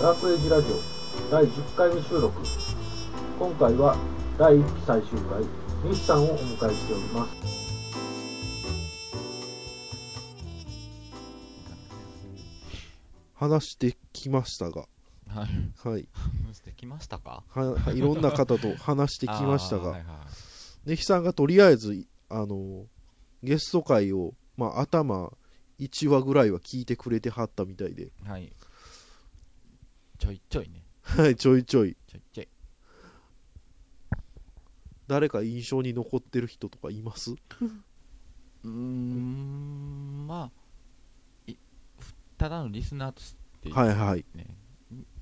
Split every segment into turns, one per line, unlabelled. ダークエイジラジオ第10回目収録今回は第1期最終回西さんをお迎えしております
話してきましたが、
はい。
はい、
話してきましたか
ははいろんな方と話してきまし た
あーは
が
い、は
ネヒさんがとりあえず、あの、ゲスト会を、まあ、頭1話ぐらいは聞いてくれてはったみたいで、
いはい。ちょいちょいね。
はい、ちょいちょい、
ちょいちょい。
誰か印象に残ってる人とかいます
うーん、まあ、いただのリスナーとして、
はいはい。
ね、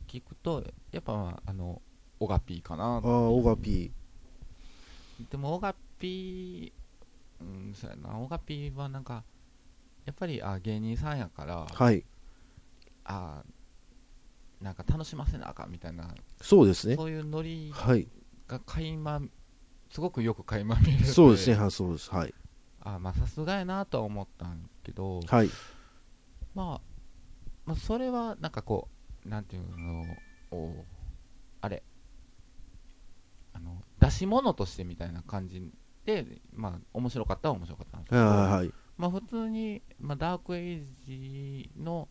聞くと、やっぱ、まあ、あの、オガピーかな
あ。あ、オガピ
でも、オガピー、うん、そうやな、オガピーはなんか、やっぱり、あ芸人さんやから、
ー。はい。
あなんか楽しませなあかんみたいな、
そうですね。
そういうノリ
はい。
が垣間、すごくよく垣間見える
そうですね。はい、そうです。はい。
あまあさすがやなとは思ったんけど、
はい。
まあ、まあそれはなんかこうなんていうのをあれあの出し物としてみたいな感じでまあ面白かったは面白かったんですけど
はいはい。
まあ普通に、まあ、ダークエイジの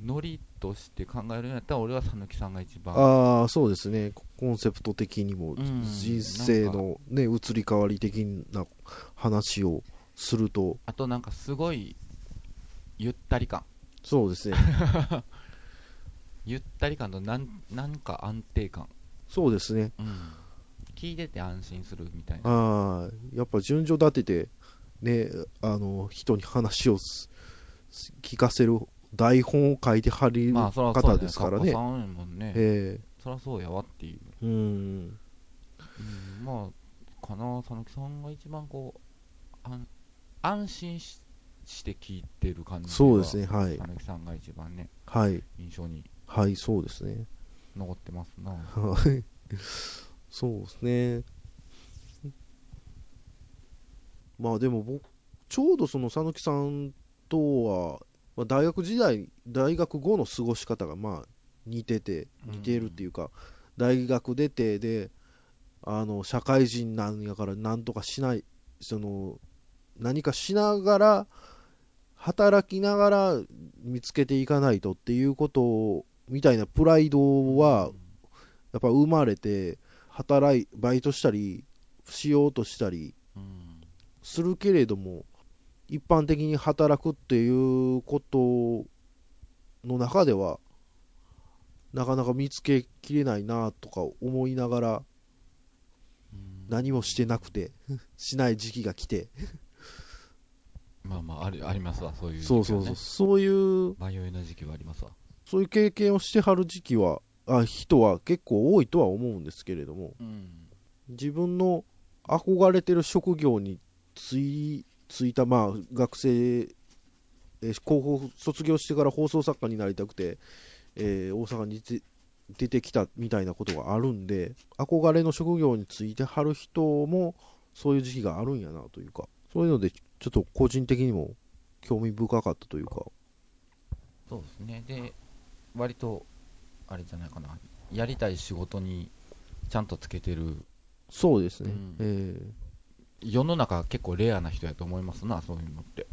ノリとして考えるんやったら俺は讃岐さんが一番
ああ、そうですね。ココンセプト的にも、
うん
人生のね、移り変わり的な話をすると、
あとなんかすごいゆったり感
そうですね。
ゆったり感となんなんか安定感
そうですね。
うん聞いてて安心するみたいな。
ああ、やっぱ順序立てて、ね、あの、人に話をすす聞かせる台本を書いてはりる
まあ、そらそうだ
方
よ
ですから
作
ね。
家さんやもんね。
え
そらそうやわっていう。
えうん。
うんまあ、かな、佐野木さんが一番こう、安安心しして聞いてる感じが
そうですね。はい
佐。野木さんが一番ね、
はい。
印象に
はい、そうですね。
残ってますな。
はい。そうですね。まあでも僕、ちょうどその讃岐さんとは、まあ、大学時代、大学後の過ごし方がまあ似てて、似ているっていうか、大学出てで、あの、社会人なんやから何とかしない、その、何かしながら、働きながら見つけていかないとっていうことを、みたいなプライドはやっぱ生まれて働いバイトしたりしようとしたり
うん、
するけれども一般的に働くっていうことの中ではなかなか見つけきれないなとか思いながら
うん
何もしてなくてしない時期が来て
まあまあある、ありますわ、そういう時期
そ
は
う
ね、
そうそうそういう
迷いの時期はありますわ。
そういう経験をしてはる時期はあ人は結構多いとは思うんですけれども
うん。
自分の憧れてる職業についついた、まあ、学生、えー高校卒業してから放送作家になりたくて、えー大阪に出て出てきたみたいなことがあるんで憧れの職業についてはる人もそういう時期があるんやなというかそういうのでちょっと個人的にも興味深かったというか
そうですね。で、割と、あれじゃないかな、やりたい仕事にちゃんとつけてる
そうですね、
うん
えー
世の中結構レアな人やと思いますな、そういうのって。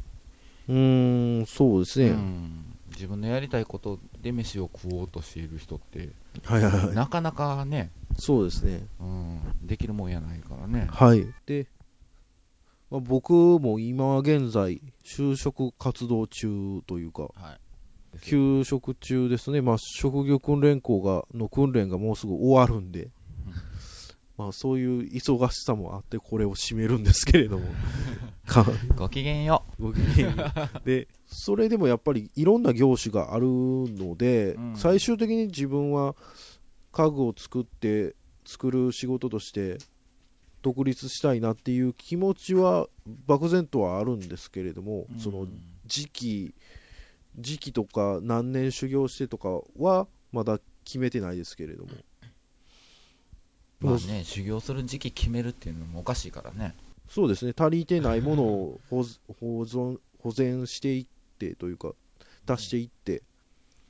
うーんそうですね、
うん、自分のやりたいことで飯を食おうとしている人って、
はいはいはい
なかなかね、
そうですね
うん、できるもんやないからね。
はい。で、まあ、僕も今現在、就職活動中というか、
はい。
休職中ですね。まあ、職業訓練校が、の訓練がもうすぐ終わるんで、まあ、そういう忙しさもあって、これを締めるんですけれ ども。か
ごきげんよ
ごきげんようで、それでもやっぱりいろんな業種があるので、
うん
最終的に自分は家具を作って、作る仕事として独立したいなっていう気持ちは漠然とはあるんですけれども、
う。
その
うん
時期、時期とか何年修行してとかはまだ決めてないですけれども。
まあね、修行する時期決めるっていうのもおかしいからね。
そうですね、足りてないも のを保保存保全していってというか、出していって、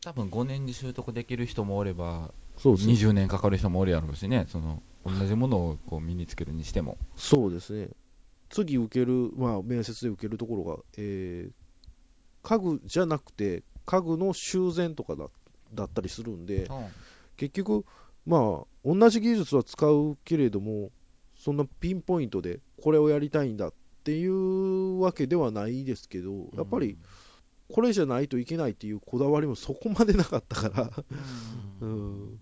多分5年で習得できる人もおれば、
そうですね。
20年かかる人もおるやろうしね、その同じものをこう身につけるにしても。
そうですね。次受ける、まあ、面接で受けるところが、えー家具じゃなくて、家具の修繕とかだだったりするんで、結局、まあ、同じ技術は使うけれども、そんなピンポイントでこれをやりたいんだっていうわけではないですけど、やっぱりこれじゃないといけないっていうこだわりも そこまでなかったから、
う、
うんん、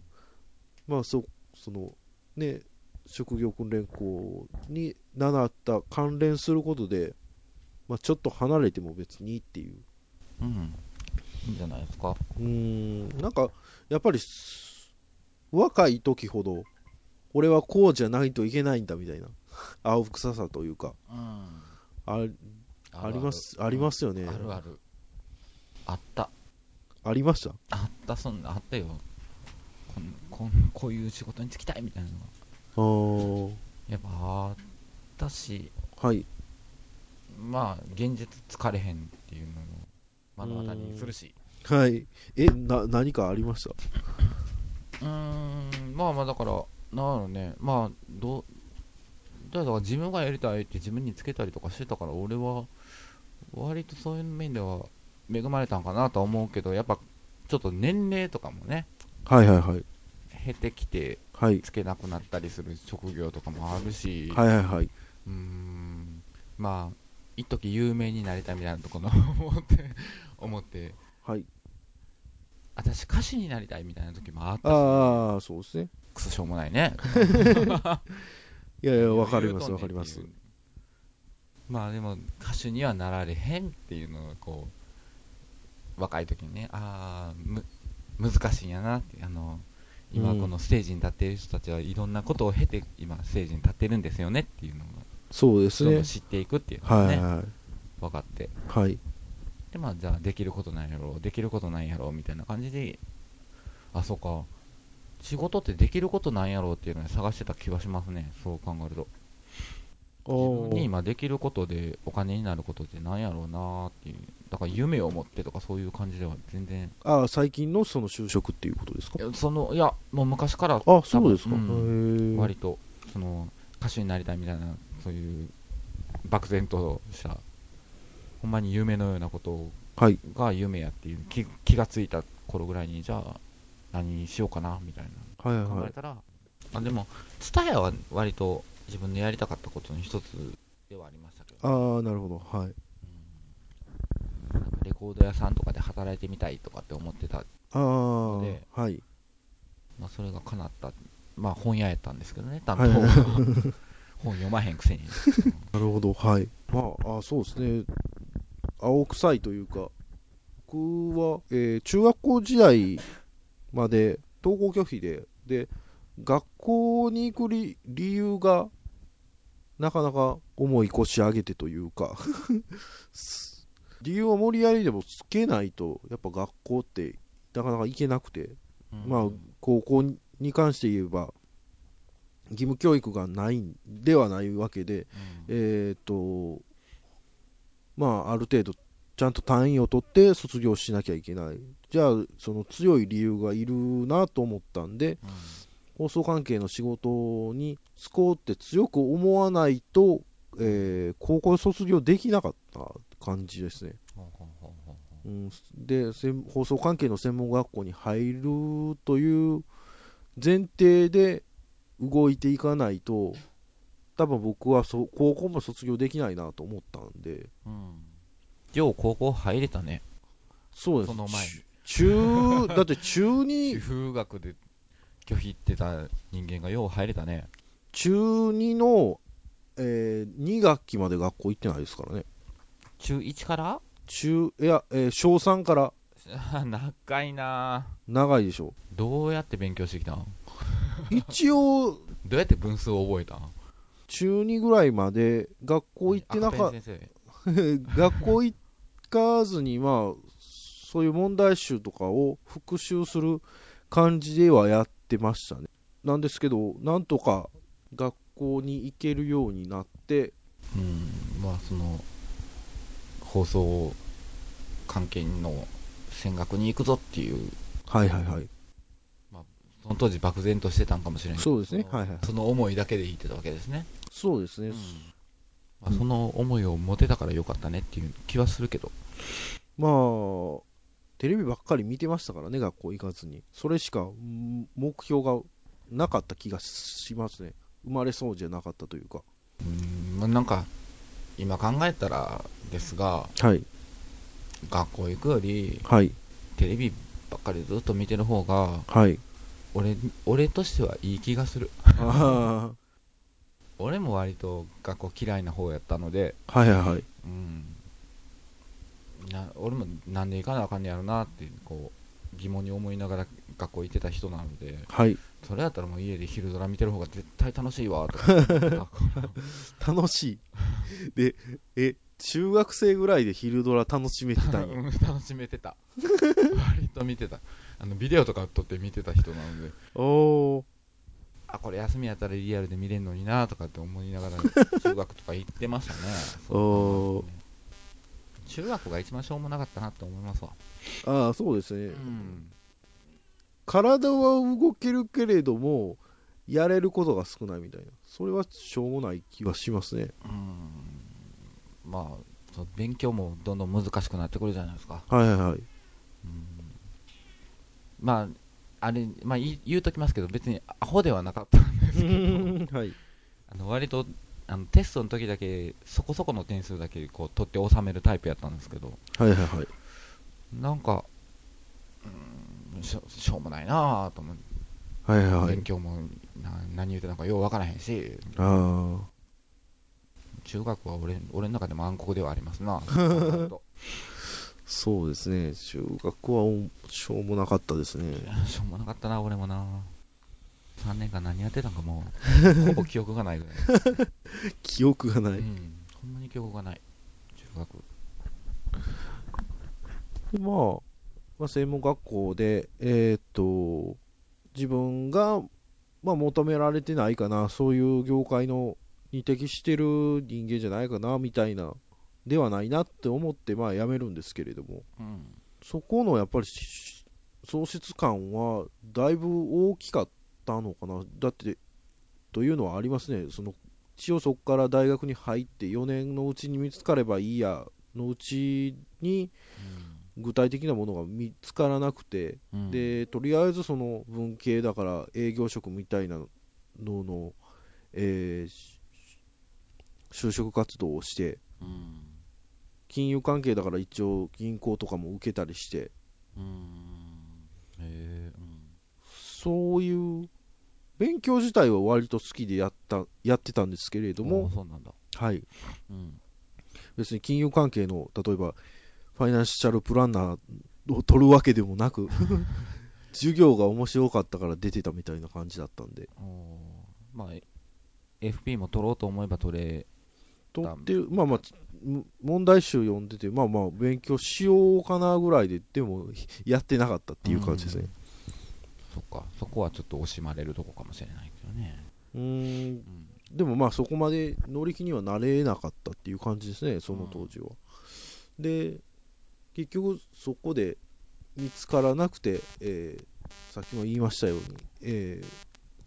まあそそのね職業訓練校に習った関連することで、まあ、ちょっと離れても別にっていう
うん、いいんじゃないですか。
うーんなんかやっぱりす若い時ほど俺はこうじゃないといけないんだみたいな 青臭さというか
うん、、
あありますありますすよね
あるある。あった。
ありました
あった、そんな、あったよ。こんこんこういう仕事に就きたいみたいなのが。
あー
やっぱあったし、
はい
まあ、現実疲れへんっていうのを目の当たりにするし。
はいえな何かありました
うーん、まあまあ、だから、なんだろうね、まあ、どう、だから自分がやりたいって自分につけたりとかしてたから、俺は、割とそういう面では恵まれたんかなとは思うけど、やっぱ、ちょっと年齢とかもね、
はいはいはい
減ってきて、
はい
つけなくなったりする職業とかもあるし、
はいはいはいう
ーんまあ一時有名になりたいみたいなところ思って思って
はい
私歌手になりたいみたいな時もあったし
ああ、そうですね。
クソしょうもないね
いやい
い
や、わかります、わかります。
まあでも歌手にはなられへんっていうのがこう若い時にねああむ難しいんやなってあの今
うん
このステージに立っている人たちはいろんなことを経て今ステージに立ってるんですよねっていうのが
そうで
そ
す
れ
ね
を。知っていくっていうのが
はい
ね
は
分かって
い。はい。
で、まあ、じゃあ、できることないやろ、できることないやろ、みたいな感じで、あ、そうか、仕事ってできることないやろっていうのを探してた気がしますね、そう考えると。
お
自分に
ー
今できることでお金になることってなんやろうなーっていう。だから夢を持ってとかそういう感じでは全然。
ああ、最近のその就職っていうことですか
いやその、いや、もう昔から
あそうです
多
か。へ
分
え。
割と、その、歌手になりたいみたいな、そういう、漠然とした、ほんまに夢のようなことを
はい。
が夢やっていう気気がついた頃ぐらいにじゃあ何しようかなみたい
はい
な考
は
え
い。
たら、あでも TSUTAYA は割と自分のやりたかったことの一つではありましたけど
ああ、なるほど。はい。
なんかレコード屋さんとかで働いてみたいとかって思ってた、
ああ、は
で
い。
まあ、それが叶ったまあ本屋やったんですけどね担当
はい
が 本読まへんくせに
なるほど。はい。まあ、あーそうですね。青臭いというか、僕は、えー中学校時代まで登校拒否で、で、学校に行く理理由が、なかなか重い腰上げてというか、 す理由を無理やりでもつけないと、やっぱ学校ってなかなか行けなくて、まあ
うん、
高校に関して言えば、義務教育がないんではないわけで、えーっと、まあ、ある程度、ちゃんと単位を取って卒業しなきゃいけない。じゃあ、その強い理由がいるなと思ったんで、
うん
放送関係の仕事に就こうって強く思わないと、えー高校卒業できなかった感じですね。
ほうほうほうほう
うん、で専放送関係の専門学校に入るという前提で動いていかないと多分僕はそう高校も卒業できないなと思ったんで
うんよう高校入れたね
そうです
その前に
中だって中
中
2
学で拒否ってた人間がよう入れたね
中2の、え2学期まで学校行ってないですからね
中1から
中いや、えー小3から
長いな
長いでしょ
ぁどうやって勉強してきたん
一応
どうやって分数を覚えたん
中2ぐらいまで学校行ってなかっ
赤ペン先
学校行かずに、まあ、そういう問題集とかを復習する感じではやってましたね。なんですけど、なんとか学校に行けるようになって、
生うんまあその放送関係の戦学に行くぞっていう、
はいはいはい。
その当時漠然としてたんかもしれないけど
そうですね。はいはい。
その思いだけで言ってたわけですね。
そうですね。
まあその思いを持てたからよかったねっていう気はするけど。
まあ、テレビばっかり見てましたからね、学校行かずに。それしかん目標がなかった気がしますね。生まれそうじゃなかったというか。
うん、まあなんか、今考えたらですが、
はい。
学校行くより、
はい。
テレビばっかりずっと見てる方が、
はい。
俺、俺としてはいい気がする。
あ
俺も割と学校嫌いな方やったので、
あ、はいはいはい。
うん。な俺もなんで行かなあかんねやろなって、こう、疑問に思いながら学校行ってた人なので、
はい。
それやったらもう家で昼ドラ見てる方が絶対楽しいわ、と か思ってた。
楽しい。で、え、中学生ぐらいで昼ドラ楽しめてたんや。
うん楽しめてた割と見てたあのビデオとか撮って見てた人なので
おー。
あこれ休みやったらリアルで見れるのになとかって思いながら中学とか行ってましたね
おー
中学が一番しょうもなかったなって思いますわ
ああ、そうです
う
ね。
ん
体は動けるけれども、やれることが少ないみたいな。それはしょうもない気はしますね。
うんまあそう勉強もどんどん難しくなってくるじゃないですか、
はいはいはい。
うん、まああれ、まあ、言い言うときますけど別にアホではなかったんですけど
はい。
あの割とあのテストの時だけそこそこの点数だけこう取って収めるタイプやったんですけど
はいはいはい。
なんかうーんしょしょうもないなぁと思って、
はいはいはい
勉。強もな何言うてなんかようわからへんし
あ
中学は俺俺の中でも暗黒ではありますな
あ、そうですね。中学はおしょうもなかったですね。
しょうもなかったな俺もな3年間何やってたんかもうほぼ記憶がないぐらい、
記憶がな
う
い。
ん、ほんまに記憶がない中学
でまあ、まあ、専門学校で、えーっと、自分が、まあ、求められてないかな、そういう業界のに適してる人間じゃないかな、みたいな、ではないなって思って、まあ、辞めるんですけれども、
うん
そこのやっぱりし喪失感は、だいぶ大きかったのかな。だって、というのはありますね。その一応そこから大学に入って4年のうちに見つかればいいやのうちに具体的なものが見つからなくて、
うん
でとりあえずその文系だから営業職みたいなのの、えーし就職活動をして
うん
金融関係だから一応銀行とかも受けたりして
うんへえうん
そういう勉強自体は割と好きでやったやってたんですけれど
お
も
ー、そうなんだ、
はい、
うん、
別に金融関係の例えばファイナンシャルプランナーを取るわけでも なく授業が面白かったから出てたみたいな感じだったんで
おーまあえ FP も取ろうと思えば取れ
とってまあまあむ問題集読んでてまあまあ勉強しようかなぐらいででもひやってなかったっていう感じですね
そっかそこはちょっと惜しまれるとこかもしれないけどね、
うーん
うん、
でもまあそこまで乗り気にはなれなかったっていう感じですねその当時は、で結局そこで見つからなくて、えーさっきも言いましたように、えー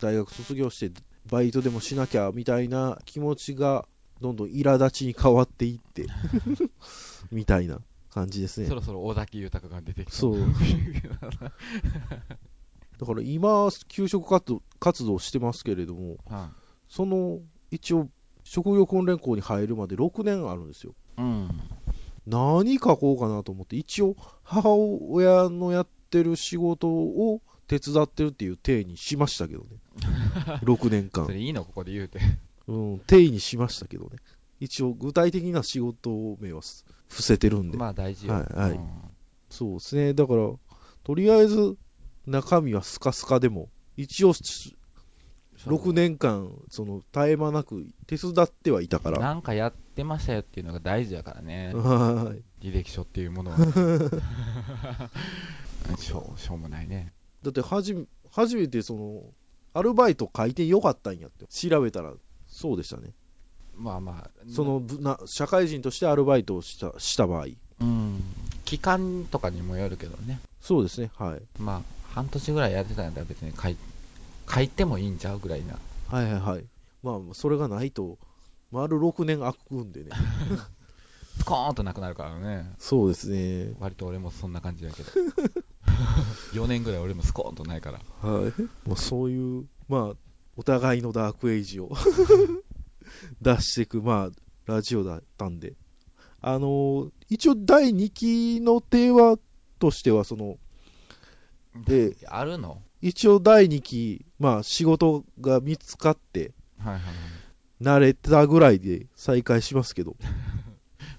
大学卒業してバイトでもしなきゃみたいな気持ちがどんどん苛立ちに変わっていってみたいな感じですね
そろそろ尾崎豊が出てきた
そうだから今給食活動活動してますけれども
は
その一応職業訓練校に入るまで6年あるんですよ
い、うん
何書こうかなと思って一応母親のやってる仕事を手伝ってるっていう体にしましたけど ね6年
そ
間、
れいいのここで言うて
うん、体にしましたけどね一応具体的な仕事名は伏せてるんで、
まあ大事よ、
はいはい
うん
そうですねだからとりあえず中身はスカスカでも一応6年間その絶え間なく手伝ってはいたから
なんかやってましたよっていうのが大事やからね、
はい
履歴書っていうもの は、ね、 しょうしょうもないね
だってはじめ初めてそのアルバイト書いてよかったんやって調べたらそうでしたね
まあまあ
そのぶな社会人としてアルバイトをしたした場合
うん期間とかにもよるけどね。
そうですね、はい、
まあ、半年ぐらいやってたんだら別に書い書いてもいいんちゃうぐらいな。
はいはいはいまあそれがないと丸6年空くんでね
スコーンとなくなるからね。
そうですね
割と俺もそんな感じだ けど。4年ぐらい俺もスコーンとないから。
はい、まあ、そういう、まあ、お互いのダークエイジを 出していく、まあ、ラジオだったんで、あのー一応、第2期のテーマとしては、その、で、
あるの
一応、第2期、まあ、仕事が見つかって、
はいはいはい。
慣れたぐらいで再開します けど、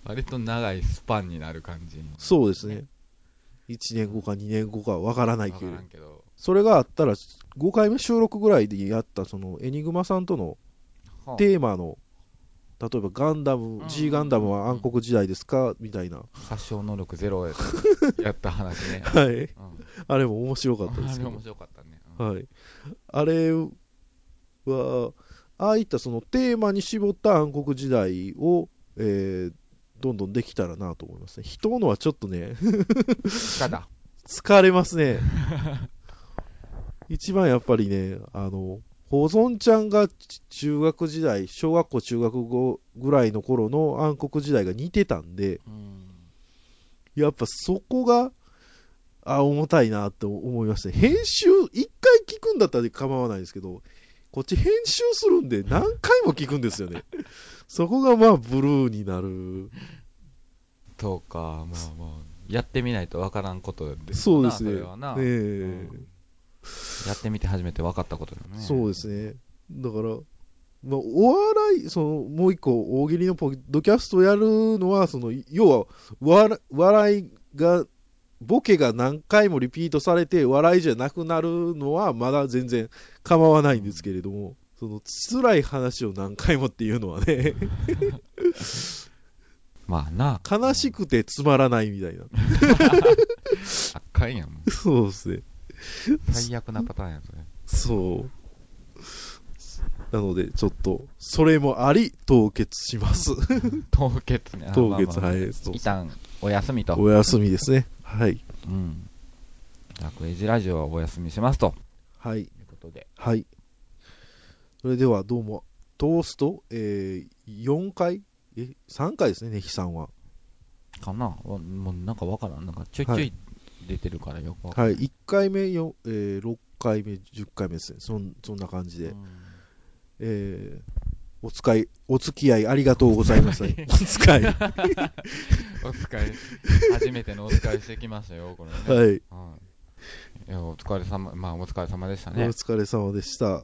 割と長いスパンになる感じ。
そうですね。1年後か2年後かわからない
わ
け
か
ど
ら、んけど。
それがあったら、5回目収録ぐらいでやった、その、エニグマさんとの
はあ
テーマの、例えばガンダム、
うん
G ガンダムは暗黒時代ですかみたいな、
殺傷能力ゼロや ったやった話ね。
はい、
うん
あれも面白かったで
あ
す
れ
け
面
ど、
白かったね。うん
はい、あれは、ああいったそのテーマに絞った暗黒時代を、えーどんどんできたらなと思いますね。人のはちょっとね、
ただ、
疲れますね。一番やっぱりね、あの、保存ちゃんがち中学時代、小学校中学後ぐらいの頃の暗黒時代が似てたんで、
うん
やっぱそこが、あ、重たいなって思いましたね。編集、一回聞くんだったら構わないですけど、こっち編集す るんで何回も聞くんですよね。そこがまあブルーになる。
そうか、まあまあ、やってみないとわからんことです
そ
よ
う
な
ですね。
それはな、
ねえ
うんやってみて初めて分かったことだよね。
そうですね。だから、まあ、お笑い、その、もう一個、大喜利のポッドキャストやるのは、その、要は、笑笑いが、ボケが何回もリピートされて、笑いじゃなくなるのは、まだ全然構わないんですけれども、その、辛い話を何回もっていうのはね、
まあな、
悲しくてつまらないみたいな。
あかんやん。もう
そうですね。
最悪なパターンやん、それ。
そう。なので、ちょっと、それもあり、凍結します。
凍結ね。あ
凍結、
まあまあ
はい。そう
一旦、お休みと。
お休みですね。はい。
うん。ダークエイジラジオはお休みしますと。
はい。
ということで。
はい。それではどうも、トースト、えー、4回え、3回ですね、ネヒさんは。
かなわもうなんかわからん。なんかちょいちょ
はい
出てるからよくわか
はい。1回目、よえー、6回目、10回目ですね。そんそんな感じ
んな
で
い。。
えー、お使い、お付き合いありがとうございます。 お使い。は
お使い、初めてのお使いしてきました よ、これね。
い。
はい。いや、お疲れ様、まあ、お疲れ様でした
お
ね。
疲れ様でした。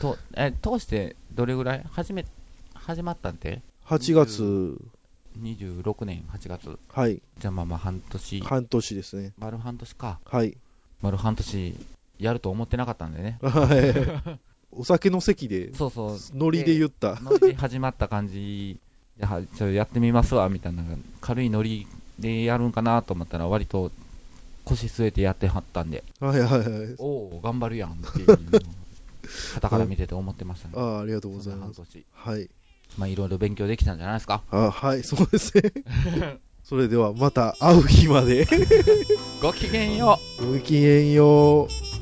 と、え、通してどれぐらい始め、始まったんで
8月、
?26 年8月。
はい。
じゃあまあまあ半年、
半年ですね。
丸半年か。
はい。
丸半年やると思ってなかったんでね。
はいお酒の席で、
そうそう。
ノリで言った。
ノリで始まった感じ。じゃあ、ちょやってみますわ、みたいな。軽いノリでやるんかなと思ったら、割と腰据えてやってはったんで、
はいはいはい。
おお、頑張るやんっていうのを、傍から見てて思ってましたね。
ああ、ありがとうご
そ
ざい
んな
ま
半
す。
年。
はい。
まあ、いろいろ勉強できたんじゃないですか。
あはい、そうですね。 それではまた会う日まで。
ごきげんよう。
ごきげんよう。